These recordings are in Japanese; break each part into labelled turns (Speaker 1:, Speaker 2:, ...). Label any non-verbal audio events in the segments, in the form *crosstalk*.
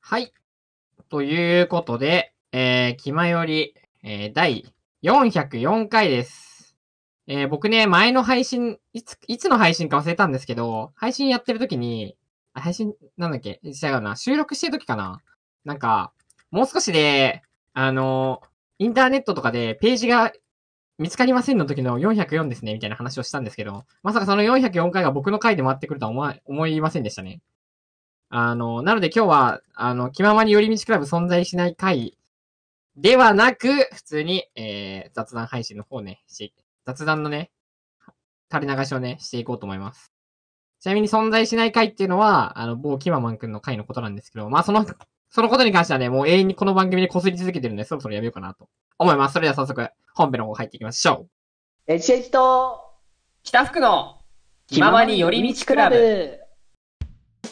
Speaker 1: はい。ということで、えー、気まより、えー、第404回です。えー、僕ね、前の配信、いつ、いつの配信か忘れたんですけど、配信やってる時に、あ配信、なんだっけ違うな。収録してる時かななんか、もう少しで、あの、インターネットとかでページが見つかりませんの時の404ですね、みたいな話をしたんですけど、まさかその404回が僕の回で回ってくるとは思わ思いませんでしたね。あの、なので今日は、あの、気ままに寄り道クラブ存在しない回ではなく、普通に、えー、雑談配信の方ね、し、雑談のね、垂れ流しをね、していこうと思います。ちなみに存在しない回っていうのは、あの、某キママンくんの回のことなんですけど、まあ、その、 *laughs* そのことに関してはね、もう永遠にこの番組で擦り続けてるんで、そろそろやめようかなと思います。それでは早速、本編の方入っていきましょう。
Speaker 2: エチエチと
Speaker 3: 北福の気ままに寄り道クラブ。
Speaker 2: ブ。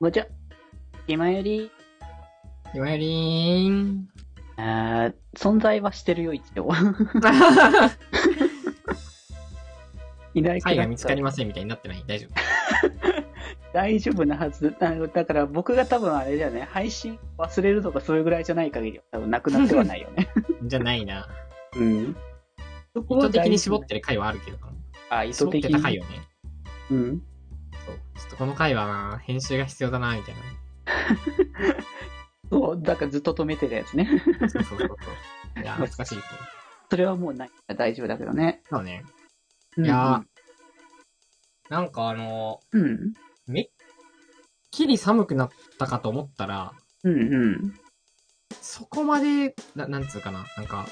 Speaker 2: もうちょ、今より、
Speaker 1: いわゆりーん。
Speaker 3: *laughs*
Speaker 1: *laughs*
Speaker 2: あー存在はしてるよ、一応。 *laughs* いない
Speaker 1: 回が見つかりませんみたいになってない大丈夫。
Speaker 2: 大丈夫なはず。あのだから僕が多分あれだよね、配信忘れるとかそれぐらいじゃない限りは多分なくなってはないよね。
Speaker 1: *laughs* じゃないな。
Speaker 2: うん。そ
Speaker 1: 意
Speaker 2: こは
Speaker 1: 図的
Speaker 2: 大事
Speaker 1: に絞ってる回はあるけどな。
Speaker 2: あ、意図
Speaker 1: 絞っ
Speaker 2: 的
Speaker 1: て
Speaker 2: に。
Speaker 1: た回よね。
Speaker 2: うん。
Speaker 1: そう。ちょっとこの回はな、編集が必要だな、みたいなね。
Speaker 2: そう、だからずっと止めてたやつね。 *laughs*
Speaker 1: そうそうそうそう。いやー、懐かしいですね。
Speaker 2: それはもうないから大丈夫だけどね。
Speaker 1: そうね。
Speaker 2: い
Speaker 1: いやー、なんかあの
Speaker 2: うんうん。
Speaker 1: ー、めっきり寒くなったかと思ったら、
Speaker 2: うんうん。
Speaker 1: そこまで、ななんつうかな、なんか、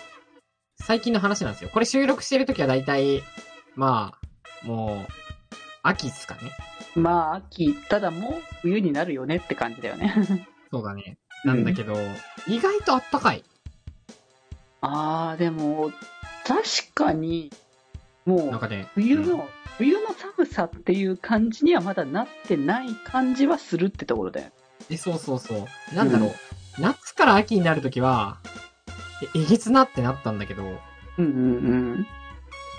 Speaker 1: 最近の話なんですよ。これ収録してるときは大体、まあ、もう、秋っすかね。
Speaker 2: まあ、秋、ただもう冬になるよねって感じだよね。
Speaker 1: そうだね。なんだけど、意外とあったかい。
Speaker 2: ああ、でも、確かに、も
Speaker 1: なん
Speaker 2: う、
Speaker 1: かね、
Speaker 2: 冬の、冬の寒さっていう感じにはまだなってない感じはするってところだよ。
Speaker 1: え、そうそうそう。なんだろう。夏から秋になるときは、え、えげつなってなったんだけど、
Speaker 2: うんうん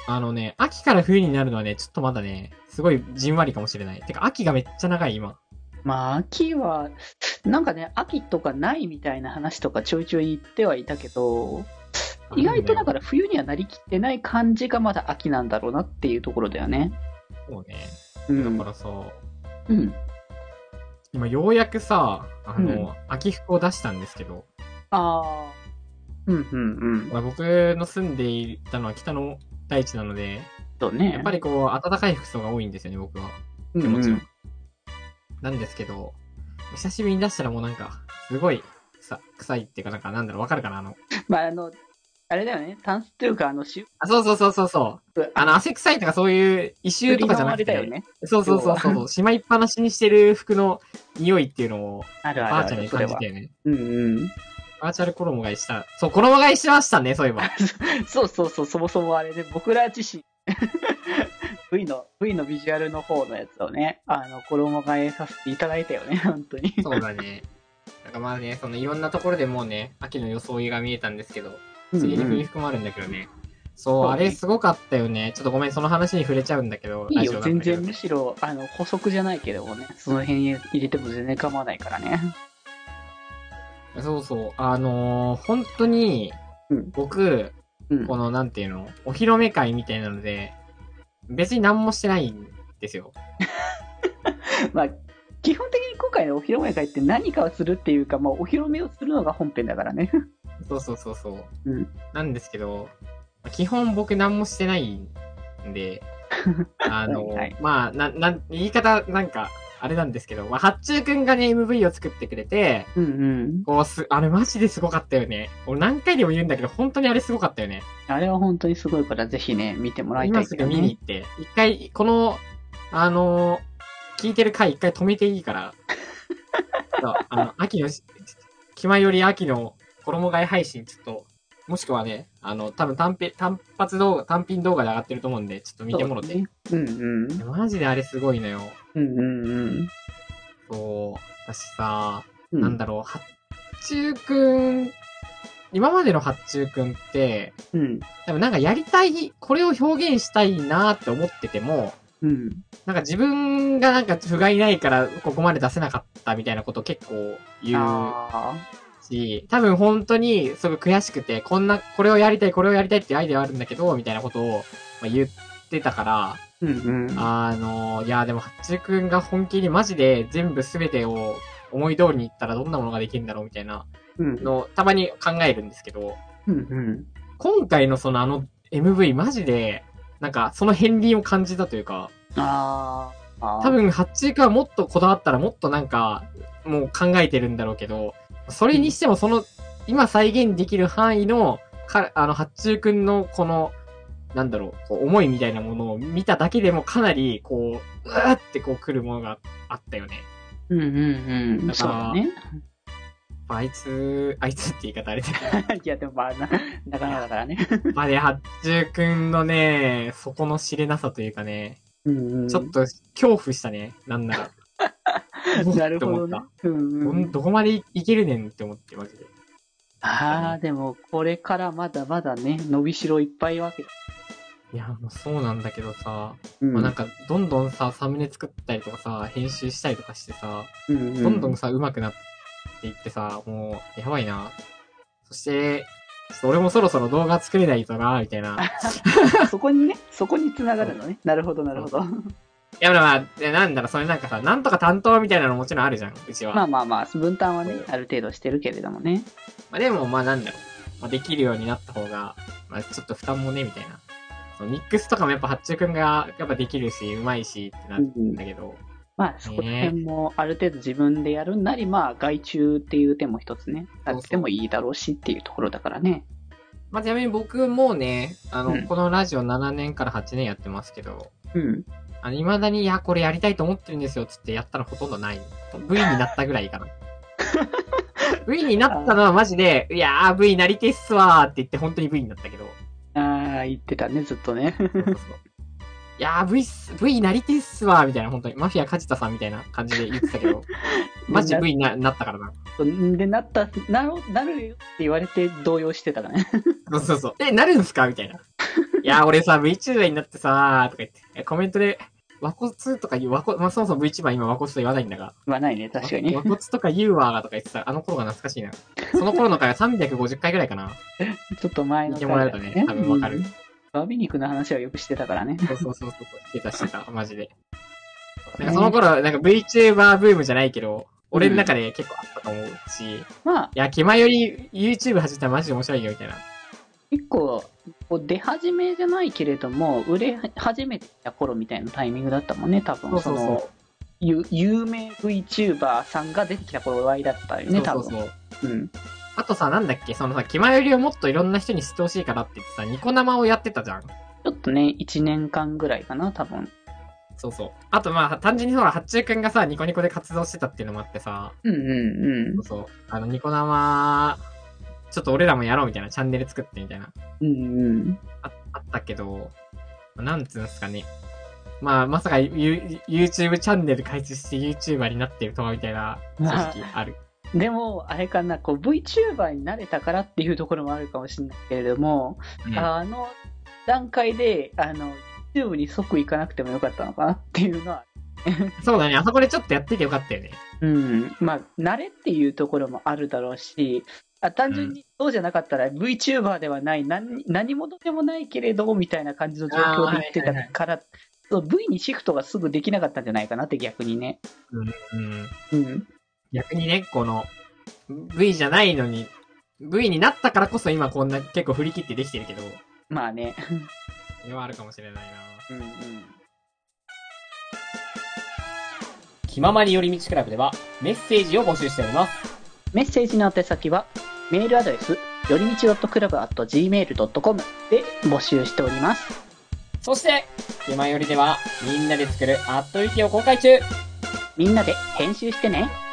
Speaker 1: あのね、秋から冬になるのはね、ちょっとまだね、すごいじんわりかもしれない。てか、秋がめっちゃ長い、今。。
Speaker 2: うん。まあ、秋は、なんかね、秋とかないみたいな話とかちょいちょい言ってはいたけど、意外とだからら冬にはなりきってない感じがまだ秋なんだろうなっていうところだよね。
Speaker 1: そうね。
Speaker 2: う
Speaker 1: だ
Speaker 2: ん
Speaker 1: か。らさ、
Speaker 2: うん、
Speaker 1: 今ようやくさ、あの、
Speaker 2: うん
Speaker 1: 秋服を出したんですけど、
Speaker 2: ああ。うんうんうん。
Speaker 1: まあ僕の住んでいたのは北の大地なので、
Speaker 2: そうね。
Speaker 1: やっぱりこう、暖かい服装が多いんですよね、僕は。
Speaker 2: り
Speaker 1: 気持ちは。なんですけど、久しぶりに出したらもうなんか、すごい、さ、臭いっていうか、なんか、なんだろう、わかるかなあの、
Speaker 2: まあ、あの、あれだよね、タンスというか、あの、し
Speaker 1: あ、そうそうそうそうそう。あの、汗臭いとかそういう異臭とかじゃなくて、
Speaker 2: よね。
Speaker 1: そうそうそうそう、しまいっぱなしにしてる服の匂いっていうのを、
Speaker 2: ある
Speaker 1: バ
Speaker 2: あ
Speaker 1: ーチャル
Speaker 2: るある、
Speaker 1: に
Speaker 2: それ
Speaker 1: 感じ
Speaker 2: は
Speaker 1: て。ね。
Speaker 2: うんうん。
Speaker 1: バーチャル衣替えした。そう、衣替えしましたね、そういえ *laughs* ば。
Speaker 2: そうそうそう、そもそもあれで、僕ら自身、V の、V のビジュアルの方のやつをね、あの、衣替えさせていただいたよね、本当に。
Speaker 1: そうだね。なんかまあね、そのいろんなところでもうね、秋の装いが見えたんですけど、次に冬服もあるんだけどね。そう、
Speaker 2: そう
Speaker 1: あ
Speaker 2: ね
Speaker 1: れすごかったよね。ちょっとごめん、その話に触れちゃうんだけど、
Speaker 2: いい
Speaker 1: ラジオ
Speaker 2: よ、
Speaker 1: なん
Speaker 2: 全
Speaker 1: だけど
Speaker 2: 然むしろ、あの、補足じゃないけどもね、その辺入れても全然構わないからね。
Speaker 1: そうそう。あのー本当に
Speaker 2: うん、
Speaker 1: 僕、
Speaker 2: うん。
Speaker 1: この、なんていうの、お披露目会みたいなので、別に何もしてないんですよ。
Speaker 2: まあ、基本的に今回のお披露目会って何かをするっていうか、まあ、お披露目をするのが本編だからね。
Speaker 1: そうそうそうそう。
Speaker 2: うん
Speaker 1: なんですけど、基本僕何もしてないん
Speaker 2: *laughs*
Speaker 1: で、あの、
Speaker 2: はいはい
Speaker 1: まあ、な、なん、言い方なんか、あれなんですけど、まあ、八中くんがね、MV を作ってくれて、
Speaker 2: うんうん。
Speaker 1: こうす、あれマジですごかったよね。俺何回でも言うんだけど、本当にあれすごかったよね。
Speaker 2: *laughs* あれは本当にすごいから、ぜひね、見てもらいた
Speaker 1: 今
Speaker 2: い
Speaker 1: す
Speaker 2: け
Speaker 1: ぐ
Speaker 2: ど、ね。
Speaker 1: 見に行って、一回、この、あのー聞いてる回一
Speaker 2: *laughs*
Speaker 1: 回止めていいから、そうあの、秋のし、気前より秋の衣替え配信、ちょっと、もしくはね、あの、多分単品、単発動画、単品動画で上がってると思うんで、ちょっと見てもろて。
Speaker 2: そうですねうんうん。
Speaker 1: マジであれすごいのよ。
Speaker 2: うんうん
Speaker 1: そう、私さ、
Speaker 2: うん。
Speaker 1: なんだろう、発注くん、今までの発注くんって、
Speaker 2: うん。
Speaker 1: 多分なんかやりたい、これを表現したいなって思ってても、
Speaker 2: うん。
Speaker 1: なんか自分がなんか不甲斐ないからここまで出せなかったみたいなこと結構言う
Speaker 2: あ
Speaker 1: し、多分本当にすごい悔しくて、こんな、これをやりたい、これをやりたいっていうアイデアはあるんだけど、みたいなことをまあ言ってたから、
Speaker 2: ーうんうん。
Speaker 1: あの、いや、でも、ハッチくんが本気にマジで全部すべてを思い通りにいったらどんなものができるんだろうみたいな
Speaker 2: うん
Speaker 1: のをたまに考えるんですけど、
Speaker 2: うん
Speaker 1: 今回のそのあの MV マジで、なんかその片鱗を感じたというか、
Speaker 2: うん。ああ。
Speaker 1: 多。分ハッチくんはもっとこだわったらもっとなんか、もう考えてるんだろうけど、それにしてもその、今再現できる範囲の、かあの、ハッチくんのこの、なんだろう、こう思いみたいなものを見ただけでもかなり、こう、うわーってこう来るものがあったよね。
Speaker 2: うんうんう
Speaker 1: だ
Speaker 2: ん。
Speaker 1: か
Speaker 2: そう
Speaker 1: ら
Speaker 2: だね。
Speaker 1: あいつ、あいつって言い方あれだけ
Speaker 2: *laughs* いや、でもまあ、な仲間だからね。
Speaker 1: ど。まあね、八中くんのね、そこの知れなさというかね、
Speaker 2: うんうん。
Speaker 1: ちょっと恐怖したね、なんなら。おっ
Speaker 2: *laughs* なるほ
Speaker 1: って思っ。
Speaker 2: どねうん
Speaker 1: た。
Speaker 2: う
Speaker 1: ほん
Speaker 2: ん。
Speaker 1: どこまでいけるねんって思って、マジで。
Speaker 2: ああ、でも、これからまだまだね、伸びしろいっぱいわけだ。
Speaker 1: いや、もうそうなんだけどさ、
Speaker 2: うん
Speaker 1: まあなんか、どんどんさ、サムネ作ったりとかさ、編集したりとかしてさ、
Speaker 2: うんうん
Speaker 1: どんどんさ、上手くなっていってさ、もう、やばいな。そして、ちょっと俺もそろそろ動画作れないとな、みたい
Speaker 2: *laughs*
Speaker 1: な。
Speaker 2: そこにね、そこに繋がるのね。なるほど、なるほど。
Speaker 1: いや、まあ、なんだろう、それなんかさ、なんとか担当みたいなのもちろんあるじゃん、うちは。
Speaker 2: まあまあまあ、分担はね、ある程度してるけれどもね。
Speaker 1: まあでも、まあなんだろう。まあできるようになった方が、まあちょっと負担もね、みたいな。そのミックスとかもやっぱ、八中くんがやっぱできるし、うまいしってな
Speaker 2: う
Speaker 1: っ
Speaker 2: んうん
Speaker 1: たけど、
Speaker 2: まあ、そこら辺もある程度自分でやるんなり、まあ、外注っていう手も一つね、あってもいいだろうしっていうところだからね。
Speaker 1: まあちなみに僕もね、あの、
Speaker 2: うん
Speaker 1: このラジオ7年から8年やってますけど、
Speaker 2: うん。
Speaker 1: あの、未だに、いや、これやりたいと思ってるんですよ、つってやったらほとんどない。V になったぐらい
Speaker 2: *laughs*
Speaker 1: かな。V になったのはマジで、いやー、V なりてっすわーって言って本当に V になったけど。
Speaker 2: ああ、言ってたね、ずっと
Speaker 1: *laughs*
Speaker 2: ね。
Speaker 1: そうそうそういやー、V っす、V なりてっすわー、みたいな、本当に。マフィア梶田さんみたいな感じで言ってたけ
Speaker 2: *laughs*
Speaker 1: ど、マジで V にななったからな。
Speaker 2: で、なった、なる、なるよって言われて動揺してたからね。 *laughs*
Speaker 1: そうそうそう。え、なるんすかみたいな。いやー、俺さ、VTuber になってさー、とか言ってえ、コメントで、ワコツとか言う、ワコ、まあ、そもそも VTuber 今ワコツと言わないんだが、
Speaker 2: 言わないね、確かに
Speaker 1: ワ。コツとか言うわーとか言ってた、あの頃が懐かしいな。その頃の回は350回ぐらいかな。
Speaker 2: ちょっと
Speaker 1: 言
Speaker 2: 前の
Speaker 1: ってもらえるとね、多分わかる。
Speaker 2: バビ肉の話はよくしてたからね。
Speaker 1: そうそうそうそう。してたしてた、マジで。なんかその頃、なんか VTuber ブームじゃないけど、俺の中で結構あったと思うし、い
Speaker 2: まあ、
Speaker 1: や、気前より YouTube 始めたらマジで面白いよ、みたいな。
Speaker 2: 結構、こう出始めじゃないけれども、売れ始めてきた頃みたいなタイミングだったもんね、多分。
Speaker 1: そうそうそう
Speaker 2: のゆ有名 VTuber さんが出てきた頃合いだったよね、多
Speaker 1: そう
Speaker 2: 分。
Speaker 1: そうそう。
Speaker 2: うん。
Speaker 1: あとさ、なんだっけ、そのさ、気前よりをもっといろんな人に知ってほしいからって言ってさ、ニコ生をやってたじゃん。
Speaker 2: ちょっとね、1年間ぐらいかな、多分。
Speaker 1: そうそう。あとまあ、単純にほら、八中くんがさ、ニコニコで活動してたっていうのもあってさ、
Speaker 2: うんうん
Speaker 1: そうそう。あの、ニコ生、ちょっと俺らもやろうみたいな、チャンネル作ってみたいな、
Speaker 2: うん。うんうん。
Speaker 1: ああったけど、なんつうんすかね。まあ、まさか you- YouTube チャンネル開設して YouTuber になってるとはみたいな、正直ある。
Speaker 2: でも、あれかな、こう VTuber になれたからっていうところもあるかもしれないけれども、
Speaker 1: うん
Speaker 2: あの段階で、あの、YouTube に即行かなくてもよかったのかなっていうのは
Speaker 1: そうだね、あそこでちょっとやっててよかったよね。
Speaker 2: うん、まあ、慣れっていうところもあるだろうし、あ単純にそうじゃなかったら VTuber ではない、何何者でもないけれど、みたいな感じの状況で言って
Speaker 1: あーはいはい
Speaker 2: たから、そう V にシフトがすぐできなかったんじゃないかなって逆にね。
Speaker 1: うん。
Speaker 2: うん。
Speaker 1: 逆にね、この、V じゃないのに、V になったからこそ今こんな結構振り切ってできてるけど、
Speaker 2: まあね。
Speaker 1: それはあるかもしれないな。
Speaker 2: うんうん。
Speaker 1: 気ままに寄り道クラブではメッセージを募集しております。
Speaker 2: メッセージの宛先は、メールアドレス、よりみち .club.gmail.com で募集しております。
Speaker 1: そして、気まよりではみんなで作るあっという間を公開中
Speaker 2: みんなで編集してね。